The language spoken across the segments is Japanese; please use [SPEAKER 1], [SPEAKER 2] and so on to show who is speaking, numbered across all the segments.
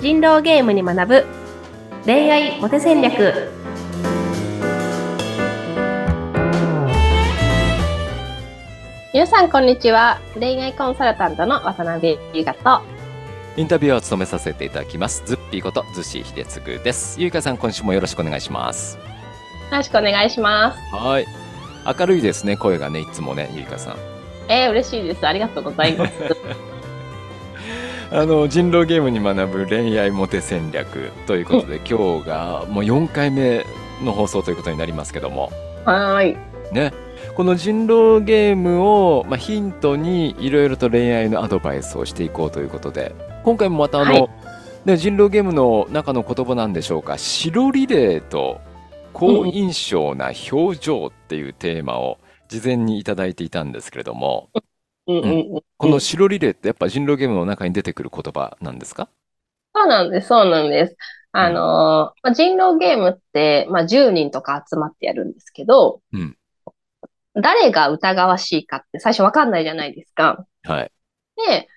[SPEAKER 1] 人狼ゲームに学ぶ恋愛モテ戦略皆さんこんにちは恋愛コンサルタントの渡辺優香と
[SPEAKER 2] インタビュアーを務めさせていただきます。ズッピーこと、ズシヒデツグです。ゆいかさん、今週もよろしくお願いします。
[SPEAKER 1] よろしくお願いします
[SPEAKER 2] はい。明るいですね、声がね、いつもね、ゆいかさん。
[SPEAKER 1] えー、嬉しいですありがとうございます
[SPEAKER 2] あの、人狼ゲームに学ぶ恋愛モテ戦略ということで、今日がもう4回目の放送ということになりますけども、
[SPEAKER 1] はーい
[SPEAKER 2] ね。この人狼ゲームを、まあ、ヒントにいろいろと恋愛のアドバイスをしていこうということで、今回もまたあの、
[SPEAKER 1] はい
[SPEAKER 2] ね、人狼ゲームの中の言葉なんでしょうか、白リレーと好印象な表情っていうテーマを事前にいただいていたんですけれども、
[SPEAKER 1] うんうんうん、
[SPEAKER 2] この白リレーってやっぱ人狼ゲームの中に出てくる言葉なんですか
[SPEAKER 1] そうなんです、そうなんです。あのーまあ、人狼ゲームって、まあ、10人とか集まってやるんですけど、
[SPEAKER 2] うん
[SPEAKER 1] 誰が疑わしいかって最初わかんないじゃないですか。
[SPEAKER 2] はい。
[SPEAKER 1] で、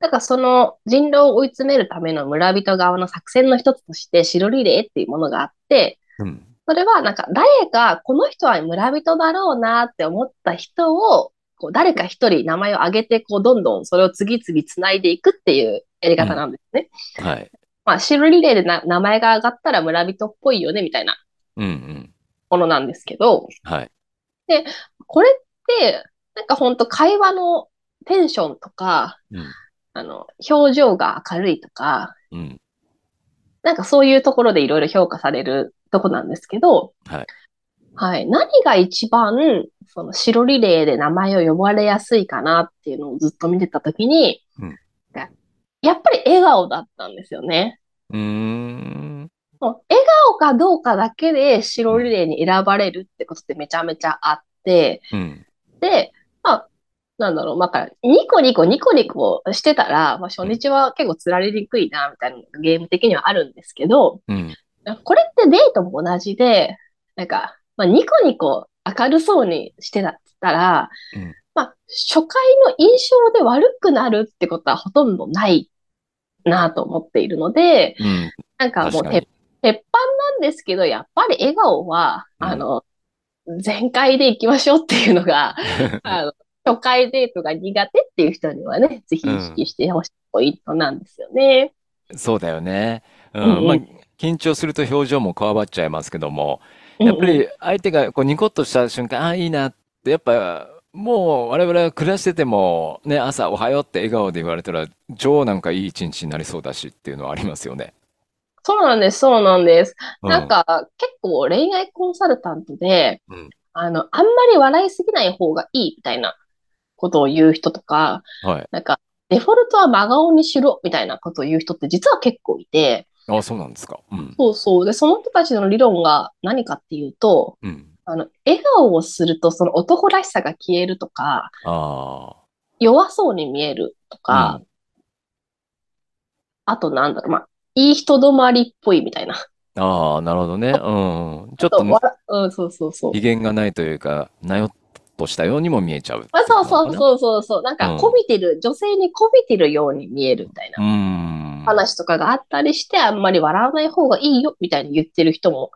[SPEAKER 1] だからその人狼を追い詰めるための村人側の作戦の一つとして、白リレーっていうものがあって、
[SPEAKER 2] うん。
[SPEAKER 1] それはなんか誰が、この人は村人だろうなって思った人を、こう誰か一人名前を挙げて、こうどんどんそれを次々繋いでいくっていうやり方なんですね。
[SPEAKER 2] はい。
[SPEAKER 1] まあ、白リレーでな名前が上がったら村人っぽいよね、みたいな
[SPEAKER 2] うんうん。
[SPEAKER 1] ものなんですけど、
[SPEAKER 2] はい。
[SPEAKER 1] これって、なんかほんと会話のテンションとか、
[SPEAKER 2] うん
[SPEAKER 1] あの、表情が明るいとか、
[SPEAKER 2] うん。
[SPEAKER 1] なんかそういうところでいろいろ評価されるとこなんですけど、
[SPEAKER 2] はい。
[SPEAKER 1] はい。何が一番、その白リレーで名前を呼ばれやすいかなっていうのをずっと見てたときに、
[SPEAKER 2] うん
[SPEAKER 1] やっぱり笑顔だったんですよね。
[SPEAKER 2] うーん。
[SPEAKER 1] もう笑顔かどうかだけで白リレーに選ばれるってことってめちゃめちゃあって、
[SPEAKER 2] うん。
[SPEAKER 1] で、まあ、なんだろう、まあ、ニコニコニコニコしてたら、まあ、初日は結構釣られにくいな、みたいなのがゲーム的にはあるんですけど、
[SPEAKER 2] うん。
[SPEAKER 1] これってデートも同じで、なんか、まあ、ニコニコ明るそうにしてたら
[SPEAKER 2] うん、
[SPEAKER 1] まあ、初回の印象で悪くなるってことはほとんどないなと思っているので、
[SPEAKER 2] うん。
[SPEAKER 1] なんかもう
[SPEAKER 2] 確かに
[SPEAKER 1] 鉄鉄板なんですけど、やっぱり笑顔は、
[SPEAKER 2] うん
[SPEAKER 1] あの、全開でいきましょうっていうのが、あの、初回デートが苦手っていう人にはね、ぜひ意識してほしいポイントなんですよね。
[SPEAKER 2] そうだよね。うん。
[SPEAKER 1] うんうん
[SPEAKER 2] まあ、緊張すると表情もこわばっちゃいますけども、やっぱ
[SPEAKER 1] うんうん
[SPEAKER 2] り相手がこうニコッとした瞬間、ああ、いいなって、やっぱもう我々は暮らしてても、ね、朝おはようって笑顔で言われたら、女王なんかいい一日になりそうだしっていうのはありますよね。
[SPEAKER 1] そうなんです、そうなんです。
[SPEAKER 2] うん
[SPEAKER 1] なんか、結構恋愛コンサルタントで
[SPEAKER 2] うん、
[SPEAKER 1] あの、あんまり笑いすぎない方がいいみたいなことを言う人とか、
[SPEAKER 2] はい。
[SPEAKER 1] なんか、デフォルトは真顔にしろみたいなことを言う人って実は結構いて、
[SPEAKER 2] ああ、そうなんですか。うん。
[SPEAKER 1] そうそう。で、その人たちの理論が何かっていうと、
[SPEAKER 2] うん。
[SPEAKER 1] あの、笑顔をすると、その男らしさが消えるとか、
[SPEAKER 2] あ
[SPEAKER 1] 弱そうに見えるとか、あとなんだろう、まあ、いい人止まりっぽいみたいな。
[SPEAKER 2] あ、ああ、なるほどね。うん。ちょっ
[SPEAKER 1] あ
[SPEAKER 2] と
[SPEAKER 1] と、わらうん、そうそうそう。
[SPEAKER 2] 威厳がないというか、なよっとしたようにも見えちゃうって
[SPEAKER 1] あ、そう
[SPEAKER 2] ことな
[SPEAKER 1] そ
[SPEAKER 2] の
[SPEAKER 1] う
[SPEAKER 2] かな
[SPEAKER 1] そうそうそう。なん
[SPEAKER 2] う
[SPEAKER 1] か、
[SPEAKER 2] ん
[SPEAKER 1] こびてる、女性にこびてるように見えるみたいな
[SPEAKER 2] うーん。
[SPEAKER 1] 話とかがあったりして、あんまり笑わない方がいいよ、みたいに言ってる人も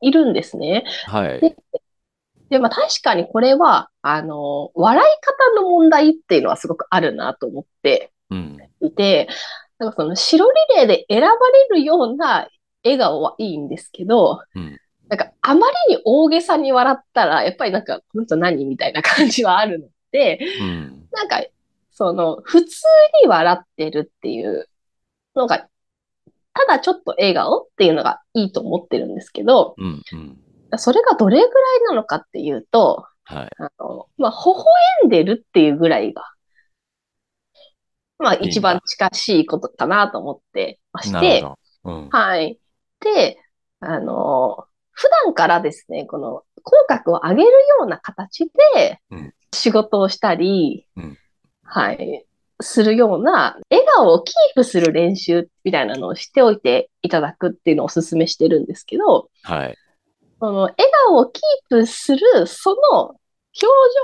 [SPEAKER 1] いるんですね。
[SPEAKER 2] はい。
[SPEAKER 1] で、でまあ、確かにこれは、あの、笑い方の問題っていうのはすごくあるなと思って
[SPEAKER 2] うん。
[SPEAKER 1] いて、なんかその白リレーで選ばれるような笑顔はいいんですけど、
[SPEAKER 2] うん
[SPEAKER 1] なんかあまりに大げさに笑ったら、やっぱりなんか、この人何みたいな感じはあるので、
[SPEAKER 2] うん。
[SPEAKER 1] なんか、その、普通に笑ってるっていうのが、ただちょっと笑顔っていうのがいいと思ってるんですけど、
[SPEAKER 2] うん。うん。
[SPEAKER 1] それがどれぐらいなのかっていうと、
[SPEAKER 2] はい。
[SPEAKER 1] あの、まあ、微笑んでるっていうぐらいが、まあ、
[SPEAKER 2] だ
[SPEAKER 1] 一番近しいことかなと思ってまし
[SPEAKER 2] な
[SPEAKER 1] て、
[SPEAKER 2] るほど。うん。
[SPEAKER 1] はい。で、あの、普段からですね、この、口角を上げるような形で
[SPEAKER 2] うん、
[SPEAKER 1] 仕事をしたり、
[SPEAKER 2] うん
[SPEAKER 1] はい、するような、笑顔をキープする練習みたいなのをしておいていただくっていうのをお勧めしてるんですけど、
[SPEAKER 2] はい。
[SPEAKER 1] その笑顔をキープする、その表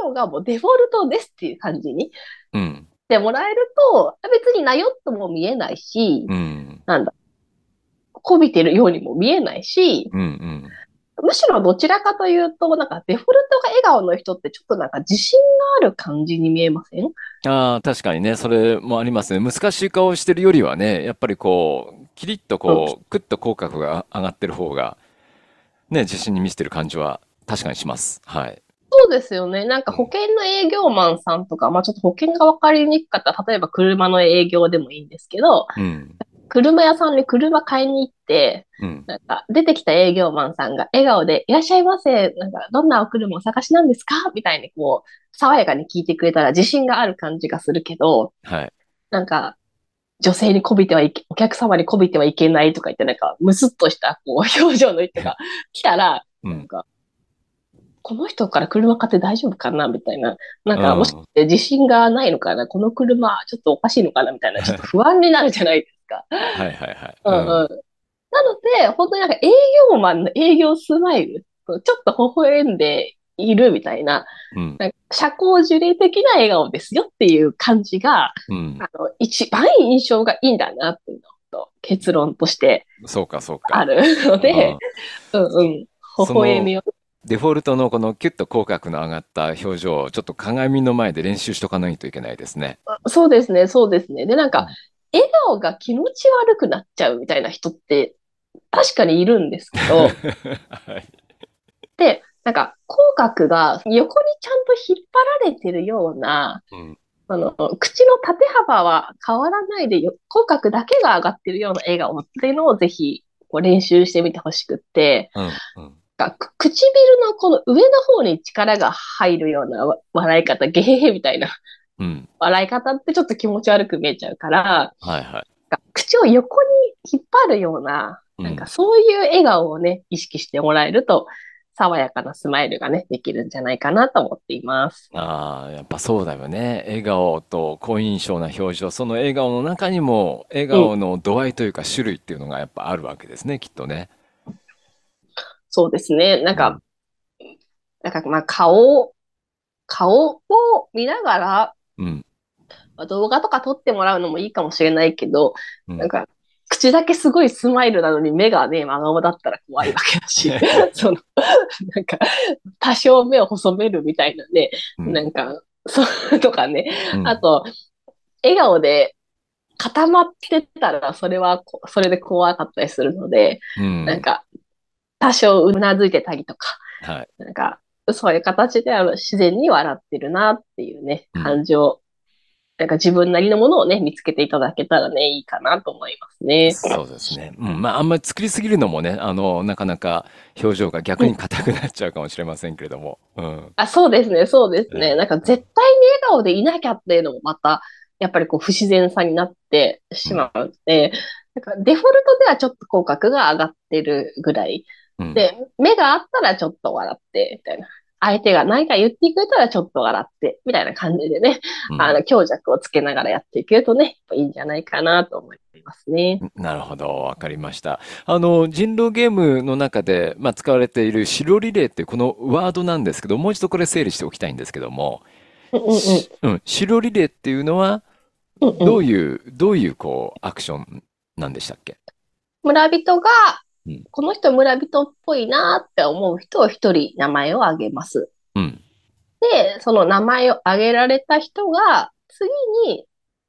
[SPEAKER 1] 情がもうデフォルトですっていう感じにし
[SPEAKER 2] うん。
[SPEAKER 1] てもらえると、別になよっとも見えないし、
[SPEAKER 2] うん。
[SPEAKER 1] なんだ、こびてるようにも見えないし、
[SPEAKER 2] うんうん。
[SPEAKER 1] むしろどちらかというと、なんかデフォルトが笑顔の人ってちょっとなんか自信がある感じに見えません
[SPEAKER 2] ああ、確かにね、それもありますね。難しい顔をしてるよりはね、やっぱりこう、キリッとこう、クッと口角が上がってる方が、ね、自信に満ちてる感じは確かにします。はい。
[SPEAKER 1] そうですよね。なんか保険の営業マンさんとか、まあちょっと保険が分かりにくかったら、例えば車の営業でもいいんですけど、
[SPEAKER 2] うん。
[SPEAKER 1] 車屋さんに車買いに行って、
[SPEAKER 2] うん。
[SPEAKER 1] なんか出てきた営業マンさんが笑顔で、いらっしゃいませ、なんかどんなお車お探しなんですかみたいにこう、爽やかに聞いてくれたら自信がある感じがするけど、
[SPEAKER 2] はい。
[SPEAKER 1] なんか、女性にこびてはいけ、お客様にこびてはいけないとか言って、なんか、ムスッとした、こう、表情の人が来たら、
[SPEAKER 2] うん
[SPEAKER 1] なんか、この人から車買って大丈夫かなみたいな。なんか、
[SPEAKER 2] うん
[SPEAKER 1] もしかして自信がないのかなこの車、ちょっとおかしいのかなみたいな、ちょっと不安になるじゃないですか。
[SPEAKER 2] はいはいはい。
[SPEAKER 1] うんうん。なので、本当になんか営業マンの営業スマイル、ちょっと微笑んでいるみたいな、
[SPEAKER 2] うん。
[SPEAKER 1] なんか社交辞令的な笑顔ですよっていう感じが、
[SPEAKER 2] うん。
[SPEAKER 1] あの、一番印象がいいんだなっていうのと、結論として
[SPEAKER 2] そうかそうか。
[SPEAKER 1] あるの
[SPEAKER 2] うん
[SPEAKER 1] で、うんうん、微笑みを。
[SPEAKER 2] デフォルトのこのキュッと口角の上がった表情をちょっと鏡の前で練習しとかないといけないですね。
[SPEAKER 1] そうですね、そうですね。で、なん
[SPEAKER 2] うん
[SPEAKER 1] か、笑顔が気持ち悪くなっちゃうみたいな人って、確かにいるんですけど、
[SPEAKER 2] はい。
[SPEAKER 1] で、なんか、口角が横にちゃんと引っ張られてるような、
[SPEAKER 2] うん
[SPEAKER 1] あの、口の縦幅は変わらないでよ、口角だけが上がってるような笑顔っていうのをぜひ、こう練習してみてほしくって、
[SPEAKER 2] うんうん。
[SPEAKER 1] かく唇のこの上の方に力が入るようなわ笑い方、ゲヘヘみたいな
[SPEAKER 2] うん。
[SPEAKER 1] 笑い方ってちょっと気持ち悪く見えちゃうから、
[SPEAKER 2] はいはい。
[SPEAKER 1] か口を横に引っ張るような、
[SPEAKER 2] うん
[SPEAKER 1] なんかそういう笑顔をね、意識してもらえると、爽やかなスマイルがね、できるんじゃないかなと思っています。
[SPEAKER 2] ああ、やっぱそうだよね。笑顔と好印象な表情、その笑顔の中にも、笑顔の度合いというか種類っていうのがやっぱあるわけですね、きっとね。
[SPEAKER 1] そうですね。なんか、なんかまあ顔を、顔を見ながら、
[SPEAKER 2] うん。
[SPEAKER 1] まあ動画とか撮ってもらうのもいいかもしれないけど、
[SPEAKER 2] うん
[SPEAKER 1] なんか、口だけすごいスマイルなのに目がね、真顔だったら怖いわけだ し、その、なんか、多少目を細めるみたいなね、
[SPEAKER 2] うん
[SPEAKER 1] なんか、そうとかね、
[SPEAKER 2] うん
[SPEAKER 1] あと、笑顔で固まってたら、それはこ、それで怖かったりするので、
[SPEAKER 2] うん
[SPEAKER 1] なんか、多少うなずいてたりとか、
[SPEAKER 2] はい。
[SPEAKER 1] なんか、そういう形であの自然に笑ってるなっていうね、
[SPEAKER 2] うん
[SPEAKER 1] 感情、なんか自分なりのものをね、見つけていただけたらね、いいかなと思いますね。
[SPEAKER 2] そうですね。うん。まあ、あんまり作りすぎるのもね、あの、なかなか表情が逆に硬くなっちゃうかもしれませんけれども。うん。
[SPEAKER 1] あ、そうですね、そうです
[SPEAKER 2] う
[SPEAKER 1] ね。
[SPEAKER 2] ん
[SPEAKER 1] なんか絶対に笑顔でいなきゃっていうのもまた、やっぱりこう不自然さになってしまうので、なんかデフォルトではちょっと口角が上がってるぐらい。
[SPEAKER 2] うん。
[SPEAKER 1] で、目があったらちょっと笑って、みたいな。相手が何か言ってくれたらちょっと笑って、みたいな感じでね、
[SPEAKER 2] うん
[SPEAKER 1] あの、強弱をつけながらやっていけるとね、いいんじゃないかなと思いますね。
[SPEAKER 2] なるほど、わかりました。あの、人狼ゲームの中で、まあ、使われている白リレーっていうこのワードなんですけど、もう一度これ整理しておきたいんですけども、
[SPEAKER 1] うんうん
[SPEAKER 2] しうん、白リレーっていうのは、
[SPEAKER 1] うんうん
[SPEAKER 2] どういう、どういう、こう、アクションなんでしたっけ
[SPEAKER 1] 村人が
[SPEAKER 2] うん、
[SPEAKER 1] この人村人っぽいなって思う人を一人名前を挙げます。
[SPEAKER 2] うん、
[SPEAKER 1] で、その名前を挙げられた人が、次に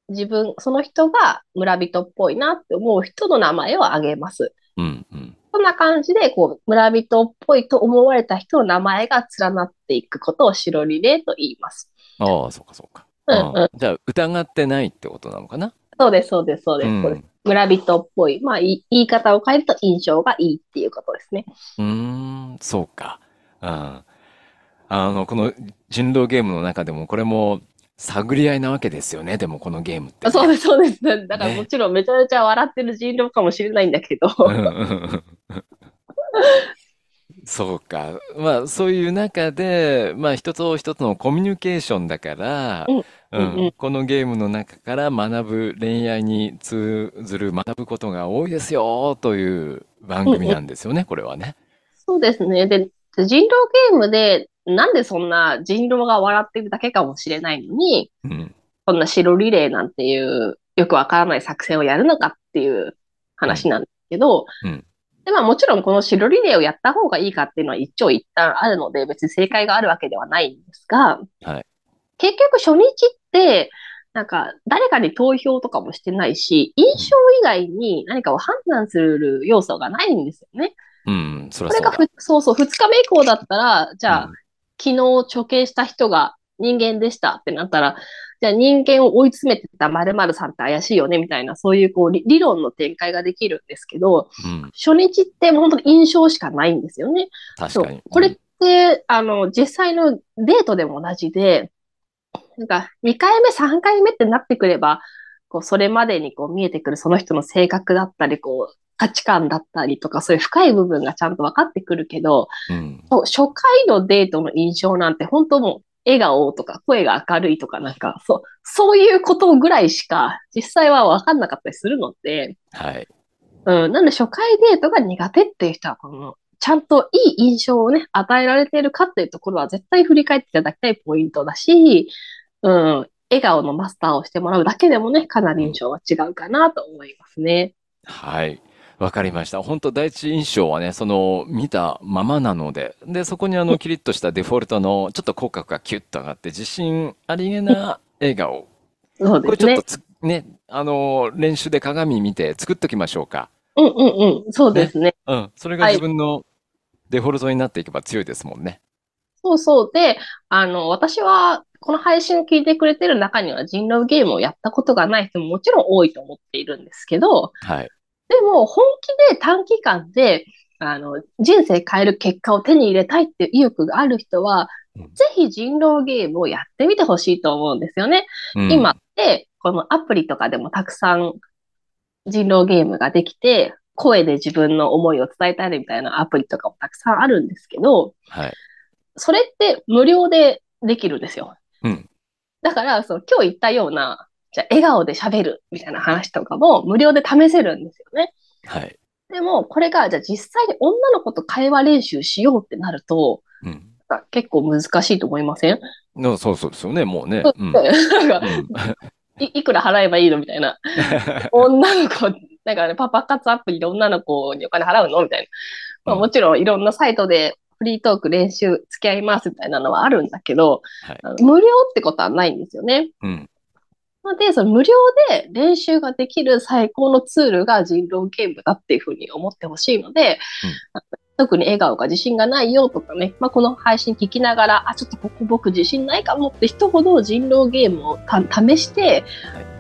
[SPEAKER 1] 自分、その人が村人っぽいなって思う人の名前を挙げます。
[SPEAKER 2] うん、うん。
[SPEAKER 1] こんな感じで、こう、村人っぽいと思われた人の名前が連なっていくことを白リレーと言います。
[SPEAKER 2] ああ、そうか、そうか。
[SPEAKER 1] うん
[SPEAKER 2] ああじゃあ、疑ってないってことなのかな
[SPEAKER 1] そうです、そうです、そう
[SPEAKER 2] う
[SPEAKER 1] です。そうです
[SPEAKER 2] ん。
[SPEAKER 1] 村人っぽい。まあ、い言い方を変えると印象がいいっていうことですね。
[SPEAKER 2] うーん、そうか。うん。あの、この人狼ゲームの中でも、これも探り合いなわけですよね、でもこのゲームってね。
[SPEAKER 1] そうです、そうです。だから
[SPEAKER 2] ね
[SPEAKER 1] もちろんめちゃめちゃ笑ってる人狼かもしれないんだけど、
[SPEAKER 2] うんうんうんそうか。まあ、そういう中で、まあ、人と人とのコミュニケーションだから、
[SPEAKER 1] うん
[SPEAKER 2] う
[SPEAKER 1] う
[SPEAKER 2] ん
[SPEAKER 1] んうん
[SPEAKER 2] このゲームの中から学ぶ、恋愛に通ずる学ぶことが多いですよ、という番組なんですよね、これはね。
[SPEAKER 1] そうですね。で、人狼ゲームで、なんでそんな人狼が笑ってるだけかもしれないのに、
[SPEAKER 2] うん。
[SPEAKER 1] そんな白リレーなんていう、よくわからない作戦をやるのかっていう話なんですけど、
[SPEAKER 2] うん
[SPEAKER 1] で、まあもちろんこの白リレーをやった方がいいかっていうのは一長一短あるので、別に正解があるわけではないんですが、
[SPEAKER 2] はい
[SPEAKER 1] 結局初日って、なんか誰かに投票とかもしてないし、印象以外に何かを判断する要素がないんですよね。
[SPEAKER 2] うん、そり
[SPEAKER 1] これ
[SPEAKER 2] ゃそう
[SPEAKER 1] が
[SPEAKER 2] だ。
[SPEAKER 1] ふ、そうそう、2日目以降だったら、じゃあ、
[SPEAKER 2] うん
[SPEAKER 1] 昨日処刑した人が人間でしたってなったら、じゃあ人間を追い詰めてた〇〇さんって怪しいよねみたいな、そういうこう理理論の展開ができるんですけど、
[SPEAKER 2] うん、
[SPEAKER 1] 初日って本当に印象しかないんですよね。
[SPEAKER 2] 確か
[SPEAKER 1] そ
[SPEAKER 2] に
[SPEAKER 1] う。これ
[SPEAKER 2] う
[SPEAKER 1] っ
[SPEAKER 2] ん
[SPEAKER 1] て、あの、実際のデートでも同じで、なんか2回目、3回目ってなってくれば、こう、それまでにこう見えてくるその人の性格だったり、こう、価値観だったりとか、そういう深い部分がちゃんと分かってくるけど、
[SPEAKER 2] うん、
[SPEAKER 1] そう初回のデートの印象なんて本当もう笑顔とか声が明るいとかなんかそう、そういうことぐらいしか実際は分かんなかったりするので、
[SPEAKER 2] はい。
[SPEAKER 1] うん、なんで初回デートが苦手っていう人はこの、ちゃんといい印象をね、与えられているかっていうところは絶対振り返っていただきたいポイントだし、うん、笑顔のマスターをしてもらうだけでもね、かなり印象は違うかなと思いますね。
[SPEAKER 2] はい。わかりました。本当第一印象はね、その、見たままなので、で、そこにあの、キリッとしたデフォルトの、ちょっと口角がキュッと上がって、自信ありげな笑顔。
[SPEAKER 1] そう
[SPEAKER 2] こ
[SPEAKER 1] で
[SPEAKER 2] れ
[SPEAKER 1] す
[SPEAKER 2] ちょっ
[SPEAKER 1] ね
[SPEAKER 2] と。つ、ね、あの、練習で鏡見て作っときましょうか。
[SPEAKER 1] うんうんうん。そうですね。
[SPEAKER 2] うん。それが
[SPEAKER 1] はい
[SPEAKER 2] 自分のデフォルトになっていけば強いですもんね。
[SPEAKER 1] そうそう。で、あの、私は、この配信を聞いてくれてる中には人狼ゲームをやったことがない人ももちろん多いと思っているんですけど、
[SPEAKER 2] はい。
[SPEAKER 1] でも本気で短期間で、あの、人生変える結果を手に入れたいっていう意欲がある人は、
[SPEAKER 2] うん
[SPEAKER 1] ぜひ人狼ゲームをやってみてほしいと思うんですよね。
[SPEAKER 2] うん
[SPEAKER 1] 今っ。て、このアプリとかでもたくさん人狼ゲームができて、声で自分の思いを伝えたりみたいなアプリとかもたくさんあるんですけど、
[SPEAKER 2] はい。
[SPEAKER 1] それって無料でできるんですよ。
[SPEAKER 2] うん
[SPEAKER 1] だから、その今日言ったような、じゃあ笑顔で喋るみたいな話とかも無料で試せるんですよね。
[SPEAKER 2] はい。
[SPEAKER 1] でも、これが、じゃあ実際に女の子と会話練習しようってなると、
[SPEAKER 2] うん。
[SPEAKER 1] なんか結構難しいと思いません、
[SPEAKER 2] のそうそうですよね、もうね。うん。
[SPEAKER 1] なん
[SPEAKER 2] う
[SPEAKER 1] か
[SPEAKER 2] ん
[SPEAKER 1] い、いくら払えばいいのみたい な。女の子、なんかね、パパ活アプリで女の子にお金払うのみたいな。まあ、
[SPEAKER 2] うん
[SPEAKER 1] もちろんいろんなサイトでフリートーク練習付き合いますみたいなのはあるんだけど、
[SPEAKER 2] はい
[SPEAKER 1] あの無料ってことはないんですよね。
[SPEAKER 2] うん。
[SPEAKER 1] なので、その無料で練習ができる最高のツールが人狼ゲームだっていうふうに思ってほしいので、
[SPEAKER 2] うん
[SPEAKER 1] 特に笑顔が自信がないよとかね、まあ、この配信聞きながら、あ、ちょっとここ僕自信ないかもって人ほど人狼ゲームをた試して、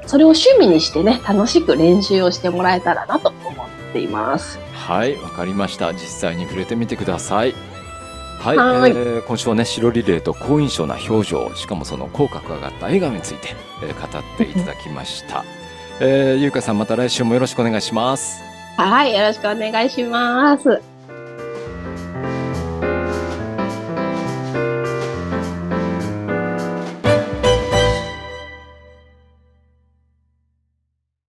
[SPEAKER 1] それを趣味にしてね、楽しく練習をしてもらえたらなと思っています。
[SPEAKER 2] はい、わかりました。実際に触れてみてください。はい、
[SPEAKER 1] はーい
[SPEAKER 2] えー今週はね、白リレーと好印象な表情、しかもその口角が上がった笑顔について、えー語っていただきました。えー、ゆうかさん、また来週もよろしくお願いします。
[SPEAKER 1] はい、よろしくお願いします。